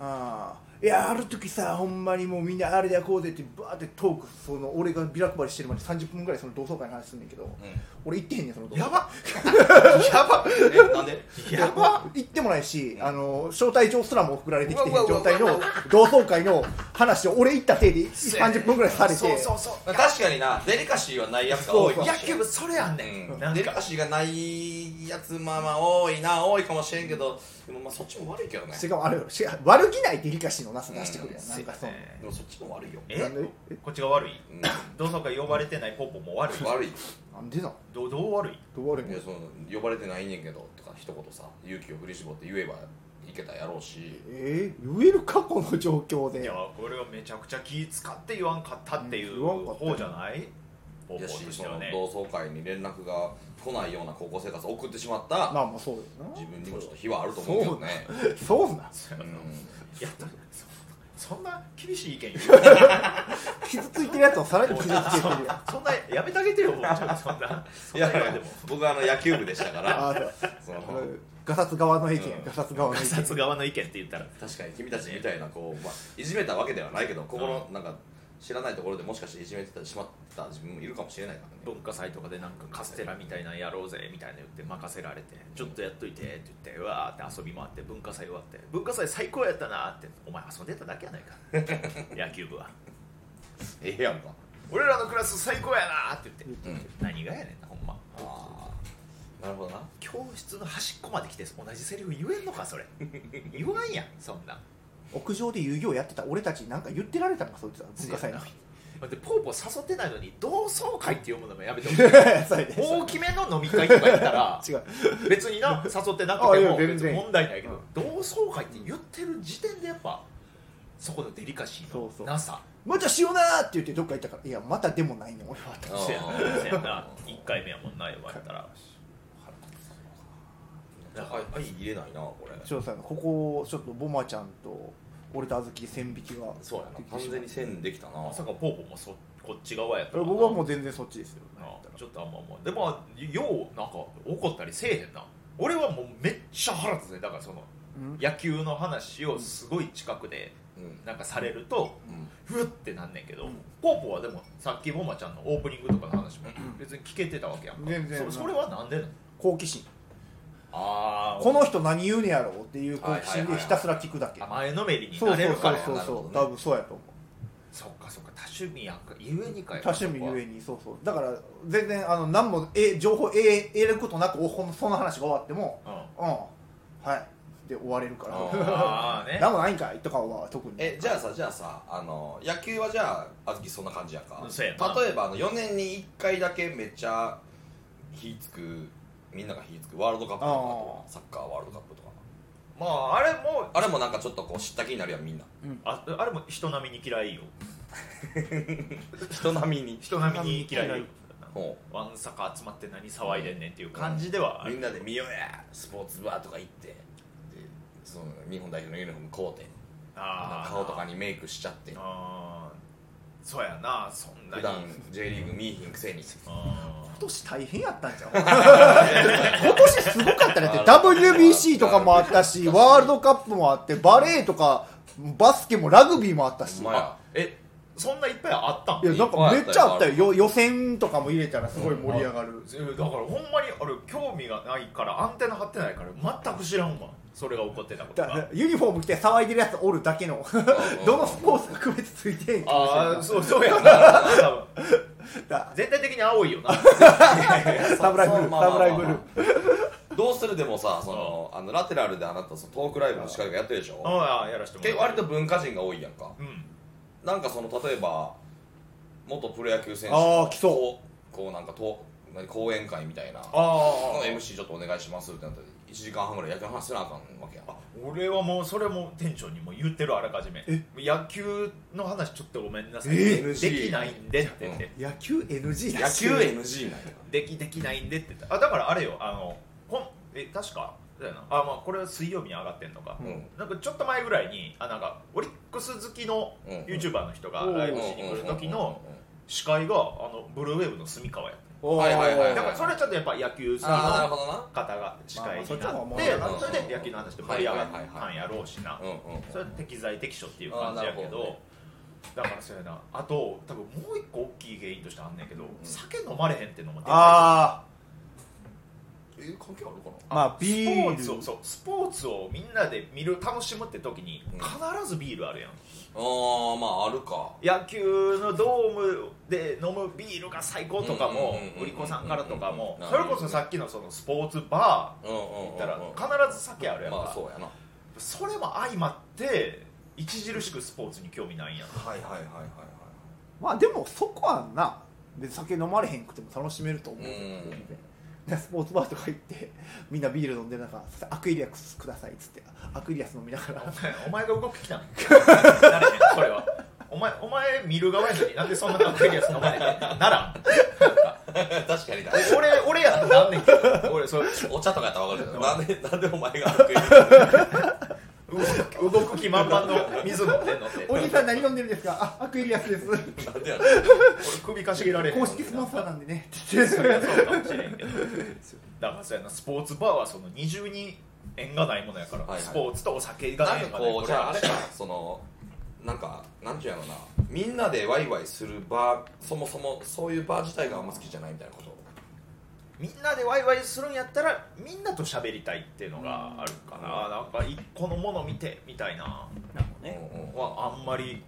Speaker 2: んあーいやーある時さほんまにもうみんなあれでやこうぜってバーってトークその俺がビラ配りしてるまで30分ぐらいその同窓会の話すんねんけど、俺行ってへんねんその同窓
Speaker 3: や
Speaker 2: 会
Speaker 3: ばやば
Speaker 1: えなんで
Speaker 3: やば
Speaker 2: 行ってもないし、あの招待状すらも送られてきてへん
Speaker 1: うわうわ
Speaker 2: 状態の同窓会の話を俺行ったせいで30分ぐらいされて
Speaker 3: そうそうそう
Speaker 1: 確かになデリカシーはないやつが多い
Speaker 2: そう
Speaker 1: か
Speaker 3: 野
Speaker 1: もしれ
Speaker 3: 球
Speaker 1: ん
Speaker 3: 部それやんねん、
Speaker 1: うん
Speaker 3: なん
Speaker 1: デリ
Speaker 3: か
Speaker 1: カシーがないやつまあまあ多いな多いかもしれんけどでもまあそっちも悪いけどね
Speaker 2: しかもあれよし悪気ないデリカシーのなす出してくるやん、なんかそう、
Speaker 3: ね
Speaker 1: でもそっちも悪いよ
Speaker 2: な
Speaker 3: え
Speaker 2: んでえ
Speaker 3: こっちが悪い
Speaker 1: うん
Speaker 3: 同窓会呼ばれてないポッポも悪い
Speaker 1: 悪い
Speaker 2: なんでだ
Speaker 3: どどう悪い
Speaker 2: どう悪いん
Speaker 1: い
Speaker 2: や
Speaker 1: やその呼ばれてないねんけどとか一言さ勇気を振り絞って言えばいけたやろうし
Speaker 2: えー、言える過去の状況で
Speaker 3: いやこれはめちゃくちゃ気使って言わんかったっていう
Speaker 2: 言わんかったよ
Speaker 3: 方じゃないポッ
Speaker 1: い
Speaker 3: ポ
Speaker 1: や
Speaker 3: と
Speaker 1: し
Speaker 3: し
Speaker 1: そ
Speaker 3: ては
Speaker 1: の
Speaker 3: ね
Speaker 1: 同窓会に連絡が来ないような高校生活を送ってしまった
Speaker 2: まあまあそうよな
Speaker 1: 自分にもちょっと非はあると思うけどね
Speaker 2: そうなん
Speaker 1: う
Speaker 3: いやそそんな厳しい意見言う
Speaker 2: 傷ついてるやつをさらに傷つけてる やん
Speaker 3: そんなやめてあげてよもうちょっとそんなそ
Speaker 1: ん
Speaker 3: ん
Speaker 1: いや
Speaker 3: な
Speaker 1: い
Speaker 3: 言わん
Speaker 1: や
Speaker 3: でも
Speaker 1: 僕はあの野球部でしたか
Speaker 2: あ
Speaker 1: ら
Speaker 2: ーそう
Speaker 1: その
Speaker 2: ガサツ側の意見、
Speaker 1: うん
Speaker 2: ガサツ側の意
Speaker 3: ガ
Speaker 2: 見
Speaker 3: サツ側の意見って言ったら
Speaker 1: 確かに君たちみたいなこう、まあ、いじめたわけではないけどここのなんか知らないところでもしかしていじめてしまった自分もいるかもしれないからね
Speaker 3: 文化祭とかでなんかカステラみたいなのやろうぜみたいな言って任せられてちょっとやっといてって言ってうわーって遊び回って文化祭終わって文化祭最高やったなーってお前遊んでただけやない か野球部は
Speaker 1: ええやんか
Speaker 3: 俺らのクラス最高やなーって言
Speaker 2: 言
Speaker 3: っ
Speaker 2: って
Speaker 3: て何がやねんなほんま
Speaker 1: ああなるほどな
Speaker 3: 教室の端っこまで来て同じセリフ言えんのかそれ言わんやんそんなん
Speaker 2: 屋上で遊戯をやってた俺たちに何か言ってられたのかそいつは文化祭の日
Speaker 3: だってポーポー誘ってないのに同窓会って読むのもやめてほしい
Speaker 2: そうやでそうや
Speaker 3: 大きめの飲み会とか行ったら
Speaker 2: 違う
Speaker 3: 別 にな誘ってなくて
Speaker 2: あい
Speaker 3: も
Speaker 2: や全
Speaker 3: 別
Speaker 2: 然
Speaker 3: に問題ないけど同窓会って言ってる時点でやっぱそこのデリカシー
Speaker 2: そ
Speaker 3: の
Speaker 2: うそう
Speaker 3: なさ
Speaker 2: またしようなーって言ってどっか行ったからいやまたでもないね俺は
Speaker 1: あー
Speaker 3: せやなせやな1回目やもんな呼ばれたら
Speaker 1: はいはい入れないなこれ
Speaker 2: 翔さんここをちょっとボマちゃんと俺と小豆で線引きが
Speaker 1: そうやな完全に線できたな
Speaker 3: まさかポーポーもそこっち側やった
Speaker 2: え僕はもう全然そっちですよ
Speaker 3: なちょっとあんま思うでもようなんか怒ったりせえへんな俺はもうめっちゃ腹立つねだからその
Speaker 2: うん
Speaker 3: 野球の話をすごい近くで
Speaker 1: うん
Speaker 3: なんかされると
Speaker 1: うん
Speaker 3: ふってなんねんけど、ポーポーはでもさっきボマちゃんのオープニングとかの話も別に聞けてたわけやんか
Speaker 2: 全然
Speaker 3: そそれはなんでなの
Speaker 2: 好奇心
Speaker 3: あ
Speaker 2: この人何言うねやろうっていう好奇
Speaker 1: はいはいは
Speaker 2: 心
Speaker 1: い
Speaker 2: で
Speaker 1: はい
Speaker 2: ひたすら聞くだけ
Speaker 3: 前のめりに
Speaker 2: そうそ
Speaker 3: な
Speaker 2: う
Speaker 3: れ
Speaker 2: そ
Speaker 3: る
Speaker 2: う
Speaker 3: からやな
Speaker 2: そう
Speaker 1: なる
Speaker 2: そ
Speaker 1: ほど
Speaker 2: う
Speaker 1: ね
Speaker 2: 多分そうやと思う
Speaker 3: そっかそっか多趣味やんかゆえにかよ
Speaker 2: 多趣味ゆ
Speaker 3: え
Speaker 2: えにそうそうだから全然あの何もえ情報え得ることなくおほんその話が終わっても
Speaker 3: うん
Speaker 2: うんはいで終われるか
Speaker 1: あ
Speaker 2: ら
Speaker 1: ー
Speaker 3: ああね
Speaker 2: 何もないんかいとかは特に
Speaker 1: えじゃあさじゃあさあの野球はじゃああずきそんな感じやんか
Speaker 3: うんそうやな
Speaker 1: 例えばあの4年に1回だけめっちゃ火つくみんなが火つくワールドカップとかと
Speaker 2: あ
Speaker 1: サッカーワールドカップとか
Speaker 3: まああれも
Speaker 1: あれもなんかちょっとこう知った気になるやんみんな
Speaker 3: ああれも人並みに嫌いよ
Speaker 1: 人並みに
Speaker 3: 人並みに嫌いよ
Speaker 1: ほ
Speaker 3: わんさか集まって何騒いでんねんっていう感じではあ
Speaker 1: うみ
Speaker 3: る
Speaker 1: んなで見ようやスポーツバーとか行ってでその日本代表のユニフォーム買うて
Speaker 3: あー
Speaker 1: 顔とかにメイクしちゃって
Speaker 3: あーそうやなそん
Speaker 1: 普
Speaker 3: なに
Speaker 1: 段 J リーグ見いひんくせに
Speaker 3: あ
Speaker 2: 今年大変やったんじゃん 今年すごかったねって WBC とかもあっ たしワールドカップもあってバレーとかバスケもラグビーもあったし
Speaker 1: お前ら
Speaker 3: ーえそんないっぱいあったん
Speaker 2: いやなんかめっちゃあったよ
Speaker 1: いっぱいあったよ
Speaker 2: よ予選とかも入れたらすごい盛り上がる
Speaker 3: えーだからほんまにあれ興味がないからアンテナ張ってないから全く知らんわそれが起こってたこと
Speaker 2: だか
Speaker 3: が
Speaker 2: らユニフォーム着て騒いでるやつおるだけの どのスポーツが区別ついてんか
Speaker 3: ああそうそうやな多分
Speaker 2: だ
Speaker 3: 全体的に青いよな
Speaker 2: サムライブルー
Speaker 1: まあまあま
Speaker 2: サ
Speaker 1: あ
Speaker 2: ムライブルー
Speaker 1: どうするでもさそのあのラテラルであなたそのトークライブの司会がやってるでしょ
Speaker 3: ああやらしてもら
Speaker 1: 結構割と文化人が多いやんか
Speaker 3: うん
Speaker 1: なんかその例えば元プロ野球選手
Speaker 2: あ
Speaker 1: の
Speaker 2: ー来そう
Speaker 1: こうこうなんかと何講演会みたいな
Speaker 3: あ
Speaker 1: の
Speaker 3: あ
Speaker 1: MC ちょっとお願いしますってなったら1時間半ぐらい野球の話せなあかんわけやん
Speaker 3: 俺はもうそれも店長にも言ってるあらかじめ野球の話ちょっとごめんなさい、
Speaker 2: え
Speaker 1: ー
Speaker 3: できないんでって言って、
Speaker 2: 野球 NG だ
Speaker 1: 野球 NG なんや
Speaker 3: できできないんでって言ってあだからあれよあのこんえ確かだよなあ、まあ、これは水曜日に上がってんのか、
Speaker 1: うん
Speaker 3: なんかちょっと前ぐらいにあなんかオリックス好きの
Speaker 1: うん
Speaker 3: YouTuber の人が
Speaker 2: うん
Speaker 3: ライブしに来る時の司会があのブルーウェーブの住川やっ
Speaker 1: はいはいはいは
Speaker 3: ただ
Speaker 1: い
Speaker 3: からそれはちょっとやっぱ野球好きの
Speaker 1: ああなるほどな
Speaker 3: 方が司会
Speaker 2: まあま
Speaker 3: に
Speaker 2: あそっちの
Speaker 3: な
Speaker 2: 方が
Speaker 3: っ
Speaker 2: 盛り
Speaker 3: て
Speaker 2: 上が
Speaker 1: る
Speaker 3: それで野球の話で盛り上がっ
Speaker 1: はいはいはい
Speaker 3: た
Speaker 1: は
Speaker 3: んやろうしな
Speaker 1: うんうんうん
Speaker 3: それは適材適所っていう感じやけ
Speaker 1: あーなる
Speaker 3: ど
Speaker 1: ほどね
Speaker 3: だからそうやなあと多分もう一個大きい原因としてあんねんけど、酒飲まれへんっていうのもでかい
Speaker 2: あ
Speaker 1: え関係あるかな
Speaker 2: あまあビ
Speaker 3: ス
Speaker 2: ー
Speaker 3: ポーツを
Speaker 2: ル
Speaker 3: そうスポーツをみんなで見る楽しむって時に
Speaker 1: うん
Speaker 3: 必ずビールあるやん、
Speaker 1: あーまああるか
Speaker 3: 野球のドームで飲むビールが最高とかも
Speaker 1: うんうんうんうん
Speaker 3: 売り子さんからとかも
Speaker 1: うんうん
Speaker 3: それこそさっきのそのスポーツバ
Speaker 1: うんうん
Speaker 3: ー
Speaker 1: うん
Speaker 3: 行
Speaker 1: う
Speaker 3: っ
Speaker 1: ん
Speaker 3: たら必ず酒あるやんか、
Speaker 1: まあそうやな
Speaker 3: それも相まって著しくスポーツに興味ない んやん
Speaker 1: はいはいはいは
Speaker 2: まあでもそこはな別に酒飲まれへんくても楽しめると思う
Speaker 1: いはいうん
Speaker 2: でスポーツバーとか行ってみんなビール飲んでなんか「アクイリアスください」っつってアクイリアス飲みな がら
Speaker 3: お前お前が動く気なのなれへんこれはお前お前見る側やのになんでそんなかっこいいやつ飲まれへんならん
Speaker 1: 確かにな
Speaker 3: 俺俺やったらなんねんけど俺そう
Speaker 1: お茶とかやったら分かるけど なんでなんでお前が得意な
Speaker 3: 動く動く気満々の水飲んでんのって
Speaker 2: 「お兄さん何飲んでるんですかあアクイリアスです」
Speaker 1: の なんでやろ
Speaker 3: 俺首かしげられへん
Speaker 2: 公式スポンサーなんでねって
Speaker 3: それはそうかもしれんけどだからそうやなスポーツバーはその二重に縁がないものやから、
Speaker 1: はいはい
Speaker 3: スポーツとお酒が
Speaker 1: なん
Speaker 3: 縁
Speaker 1: か
Speaker 3: がない
Speaker 1: こうじゃああれ
Speaker 3: こ
Speaker 1: かそのなんかなんていうのなみんなでワイワイするバーそもそもそういうバー自体があんま好きじゃないみたいなこと
Speaker 3: みんなでワイワイするんやったらみんなと喋りたいっていうのがあるかな、なんか一個のもの見てみたいな
Speaker 1: ね
Speaker 3: はあんまり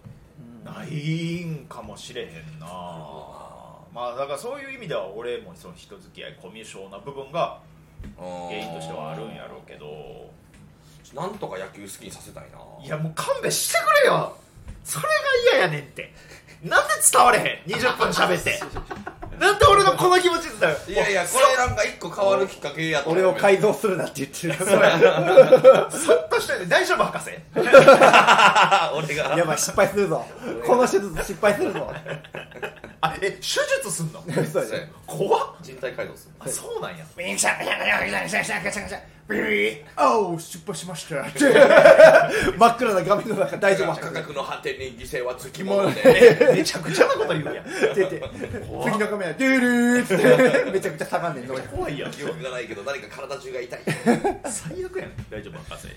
Speaker 3: ないんかもしれへんな、まあだからそういう意味では俺もその人付き合いコミュ障な部分が
Speaker 1: 原
Speaker 3: 原因としてはあるんやろうけど
Speaker 1: なんとか野球好きにさせたいない
Speaker 3: いやもう勘弁してくれよそれが嫌やねんってなんで伝われへん20分喋 ってなんで俺のこの気持ち伝わる
Speaker 1: いやいやこれなんか一個変わるきっかけやった
Speaker 2: 俺を改造するなって言ってる
Speaker 3: そっとしといて大丈夫 博士
Speaker 1: あ俺が
Speaker 2: やばい失敗するぞこの手術失敗するぞ
Speaker 3: あえ手術すんの
Speaker 2: そう
Speaker 1: そう
Speaker 2: や
Speaker 1: や
Speaker 2: ね
Speaker 3: 怖っ
Speaker 1: 人体改造する
Speaker 3: あそうなんや
Speaker 2: ビリンシャビリンシャビリンシャビリンシャビリンシャビリンシャおう失敗しましたって真っ暗な画面の中大丈夫
Speaker 1: 価格の果てに犠牲はつきも
Speaker 2: も
Speaker 1: の
Speaker 2: の
Speaker 1: で
Speaker 3: えめちゃくちゃなこと言うやん
Speaker 2: 出て次のカメラドゥルーっつってめちゃくちゃ下がんねん能力
Speaker 3: 怖いやん
Speaker 1: 記憶がないけど何か体中が痛 い
Speaker 3: 最悪やん大丈夫博士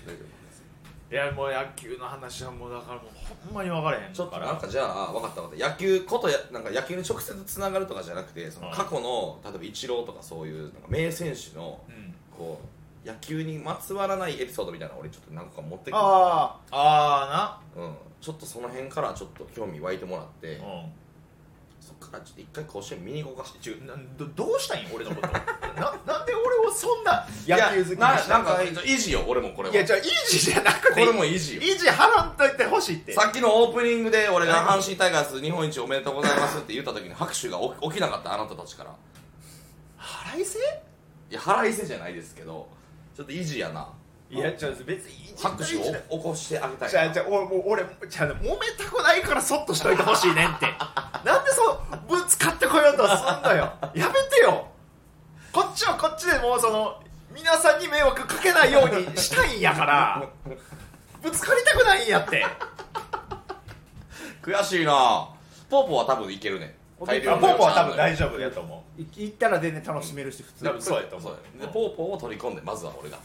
Speaker 3: いやもう野球の話はもうだからもうほんまに分からへん
Speaker 1: ちょっと
Speaker 3: か
Speaker 1: なん
Speaker 3: ら
Speaker 1: かじゃあ分かった分かった野球ことやなんか野球に直接つながるとかじゃなくてその
Speaker 3: はい
Speaker 1: 過去の例えばイチローとかそういうなんか名選手の
Speaker 3: うん
Speaker 1: こう野球にまつわらないエピソードみたいなの俺ちょっと何個か持ってきて、
Speaker 2: あ
Speaker 3: あ
Speaker 1: うん、ちょっとその辺からちょっと興味湧いてもらって
Speaker 3: ーなうん
Speaker 1: そっからちょっと一回甲子園見に行こうか中
Speaker 3: などどうしたいん俺のこと ななんで俺をそんな野球好き
Speaker 1: い
Speaker 3: に
Speaker 1: や
Speaker 3: し
Speaker 1: な
Speaker 3: た
Speaker 1: なん
Speaker 3: ん
Speaker 1: か
Speaker 3: か
Speaker 1: 維持よ俺もこれはい
Speaker 3: やじゃあ維持じゃなく
Speaker 1: こ
Speaker 3: ていい
Speaker 1: れも維持よ
Speaker 3: 維持払んといてほしいって
Speaker 1: さっきのオープニングで俺が阪神タイガース日本一おめでとうございますって言った時に拍手が起き起きなかったあなたたちから
Speaker 3: 払いせ
Speaker 1: いや腹いせじゃないですけどちょっと維持やない
Speaker 3: やじゃあ別に維持
Speaker 1: 拍手を起こしてあげたい
Speaker 3: じゃあじゃあ俺もう俺じゃあ揉めたくないからそっとしといてほしいねんって なんでそうぶつかってこようとすんのよやめてよこっちはこっちでもうその皆さんに迷惑かけないようにしたいんやからぶつかりたくないんやって
Speaker 1: 悔しいなポーポーは多分いけるね
Speaker 2: ポ
Speaker 3: ポ
Speaker 2: ー
Speaker 1: 大
Speaker 2: ポ
Speaker 1: 量の
Speaker 2: ー
Speaker 3: ーポは多分
Speaker 1: 丈
Speaker 3: 大丈夫やと思う
Speaker 2: あ行ったら全然楽しめるし普通
Speaker 3: 多分そうやと思
Speaker 1: そううやでポーポーを取り込んでまずは俺 が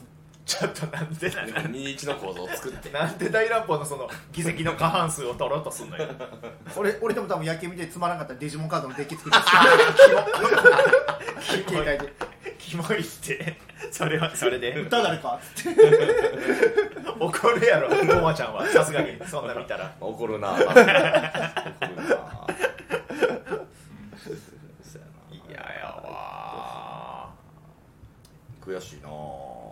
Speaker 3: ちょっとなんでなな
Speaker 1: 21の構造を作って
Speaker 3: なんで大乱暴のその議席の過半数を取ろうとすんのよ
Speaker 2: 俺俺でも多分野球見てつまらなかったらデジモンカードのデッキ作って携
Speaker 3: キモい
Speaker 2: 帯で
Speaker 3: キモいってそれはそれで
Speaker 2: 歌誰かっつって
Speaker 3: 怒るやろゴマちゃんはさすがにそんな見たら
Speaker 1: 怒るな怒るなそうやない
Speaker 3: ややわ
Speaker 1: 悔しいな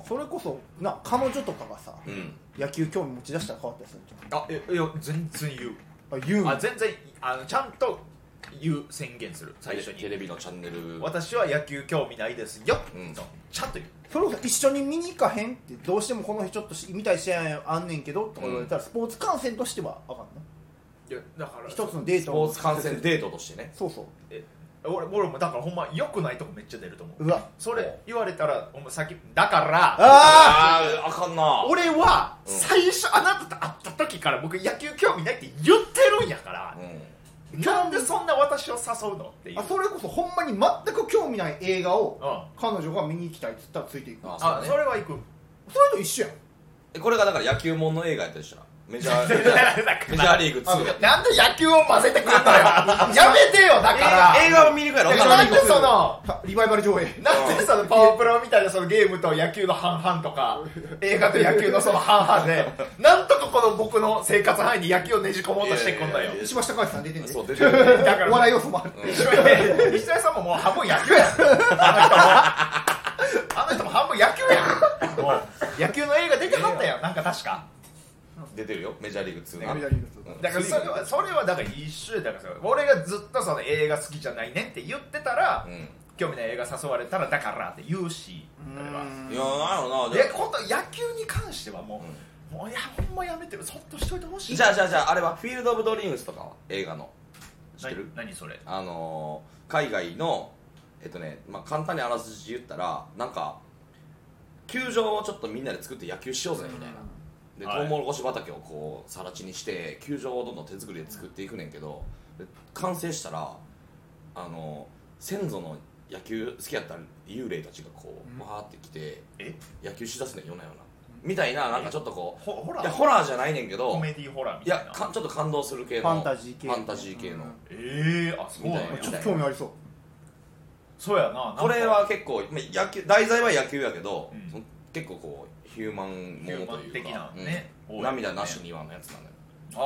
Speaker 2: それこそな彼女とかがさ
Speaker 1: うん
Speaker 2: 野球興味持ち出したら変わったりするんじ
Speaker 3: あえいや全然言う
Speaker 2: ゃんあ言うん
Speaker 3: あ全然あのちゃんと言う宣言する最初
Speaker 1: テ
Speaker 3: に
Speaker 1: レビのチャンネル
Speaker 3: 私は野球興味ないですよ、
Speaker 1: うん
Speaker 3: とちゃんと言う
Speaker 2: それこそ一緒に見に行かへんってどうしてもこの日ちょっとし見たい試合あんねんけどとか言われたら、スポーツ観戦としてはあかんね
Speaker 3: いやだから
Speaker 2: 一つのデー
Speaker 1: ス
Speaker 2: ト
Speaker 1: ポーツ観戦デートとしてね
Speaker 2: そうそう
Speaker 3: え俺俺もだからほんま良くないとこめっちゃ出ると思う
Speaker 2: うわ
Speaker 3: それ言われたらお前先だから
Speaker 2: あ
Speaker 1: あああかんな
Speaker 3: 俺は
Speaker 1: うん
Speaker 3: 最初あなたと会った時から僕野球興味ないって言ってるんやから、
Speaker 1: う
Speaker 3: なんでそんな私を誘うのっていう
Speaker 2: あそれこそほんまに全く興味ない映画を
Speaker 3: うん
Speaker 2: 彼女が見に行きたいっつったらついていく
Speaker 1: んあ
Speaker 2: そ
Speaker 1: そ
Speaker 3: あ
Speaker 1: うね
Speaker 3: それは行く
Speaker 2: れと一緒やん
Speaker 1: えこれがだから野球もんの映画やったりしたらメジャー メジャーメジャー
Speaker 3: な
Speaker 1: リーグ2やっ
Speaker 3: んで野球を混ぜてくる んだよやめてよ
Speaker 1: た
Speaker 3: だから
Speaker 1: 映画を見に行くやろ
Speaker 2: 映
Speaker 1: 他
Speaker 2: 画
Speaker 1: の
Speaker 3: なんでその
Speaker 2: はリバイバル上映
Speaker 3: なんでそのパワープロみたいなそのゲームと野球の半々 とか映画と野球のその半々でなんとかこの僕の生活範囲に野球をねじ込もうとしてくん
Speaker 1: い
Speaker 3: だよ
Speaker 1: やいやいや
Speaker 2: 石橋貴明さん出てんね
Speaker 1: そう出てる
Speaker 3: だから
Speaker 2: 笑い要素もある
Speaker 3: 石田さんももう半分野球やんあ の人もあの人も半分野球やんもう野球の映画出てはったやんなんか確か
Speaker 1: 出てるよメジャーリーグ2
Speaker 2: メジャーリーグ2
Speaker 3: だからそれはそれはだから一緒やだからそれ俺がずっとその映画好きじゃないねんって言ってたら、
Speaker 1: うん
Speaker 3: 興味ない映画誘われたらだからって言うしそれは
Speaker 1: うんいやなんやろなじゃ
Speaker 3: え本当野球に関してはもう、もういやほんまやめてそっとしといてほしい
Speaker 1: あじゃあじゃあじゃああれはフィールド・オブ・ドリームスとかは映画の知ってる
Speaker 3: な何それ
Speaker 1: あのー海外のえっとね、まあ、簡単にあらすじ言ったらなんか球場をちょっとみんなで作って野球しようぜみたいな、で
Speaker 3: はい
Speaker 1: トウモロコシ畑をこう更地にして球場をどんどん手作りで作っていくねんけどで完成したらあの先祖の野球好きやった幽霊たちがこ
Speaker 2: う
Speaker 1: う
Speaker 2: ん
Speaker 1: わーって来て
Speaker 3: え
Speaker 1: 野球しだすねん夜な夜なみたいななんかちょっとこ
Speaker 3: ほホ
Speaker 1: う
Speaker 3: ラ
Speaker 1: いや
Speaker 3: ー
Speaker 1: ホラーじゃないねんけど
Speaker 3: コメディホラー
Speaker 1: い
Speaker 3: みたい
Speaker 1: や
Speaker 3: な
Speaker 1: かちょっと感動する系の
Speaker 2: ファンタジー系
Speaker 1: ファンタジー系の、
Speaker 2: うん
Speaker 3: ええあそうなんや
Speaker 1: みたい
Speaker 2: ちょ
Speaker 1: な
Speaker 2: っと興味ありそう
Speaker 3: そうやななんか
Speaker 1: これは結構、まあ、野球題材は野球やけど、
Speaker 3: うん
Speaker 1: その結構こうヒューマンも
Speaker 3: ヒューマ
Speaker 1: の
Speaker 3: ン
Speaker 1: というか
Speaker 3: 的なね
Speaker 1: うん
Speaker 3: 多い
Speaker 1: 涙なしにはのやつなんだよ、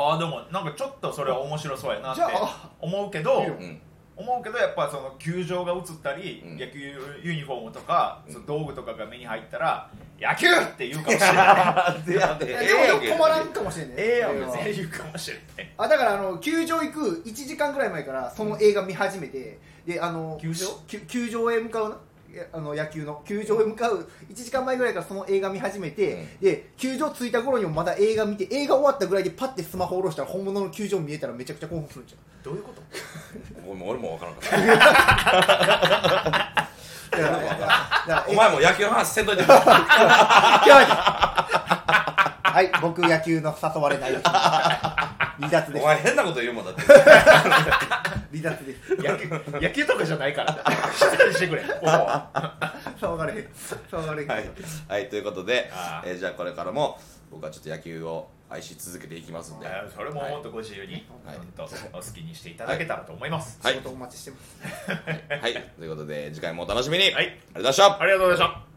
Speaker 3: ああでもなんかちょっとそれは面白そうやなって
Speaker 2: じゃあ
Speaker 3: 思うけど
Speaker 2: いいよ
Speaker 1: うん
Speaker 3: 思うけどやっぱその球場が映ったり、
Speaker 1: うん
Speaker 3: 野球ユニフォームとか、
Speaker 1: うん
Speaker 3: その道具とかが目に入ったら「野球!」って言うかもしれない
Speaker 1: いやで
Speaker 2: い
Speaker 1: も
Speaker 2: やでもよく困らんかもしれんね
Speaker 3: ええやん
Speaker 2: それは
Speaker 3: 別に言うかもしれない
Speaker 2: あだからあの球場行く1時間ぐらい前からその映画見始めて、であの
Speaker 3: 球場
Speaker 2: き球場へ向かうないやあの野球の球場へ向かう1時間前ぐらいからその映画見始めて、
Speaker 1: うん
Speaker 2: で球場着いた頃にもまだ映画見て映画終わったぐらいでパッてスマホ下ろしたら本物の球場見えたらめちゃくちゃ興奮するんちゃ
Speaker 3: どういうこと
Speaker 1: ごめん俺もわからんかった
Speaker 2: うだからだ から
Speaker 1: お前も野球の話せんといて
Speaker 2: えやばい はい僕野球の誘われないです離脱で
Speaker 1: お
Speaker 2: す
Speaker 1: 前変なこと言うもんだ って
Speaker 2: 離脱です
Speaker 3: 野球野球とかじゃないからしたりしてくれここは
Speaker 2: 騒がれへん騒がれへん、
Speaker 1: はい、はい、ということで
Speaker 3: あ、ー
Speaker 1: えーじゃあこれからも僕はちょっと野球を愛し続けていきますんで
Speaker 3: あーそれももっとご自由に、
Speaker 1: はい
Speaker 3: ほんとお好きにしていただけたらと思います、
Speaker 1: はい
Speaker 2: 仕事お待ちしてます
Speaker 1: はい、ということで次回もお楽しみに、
Speaker 3: は
Speaker 1: あ
Speaker 3: い
Speaker 1: りがとうございました
Speaker 3: ありがとうございました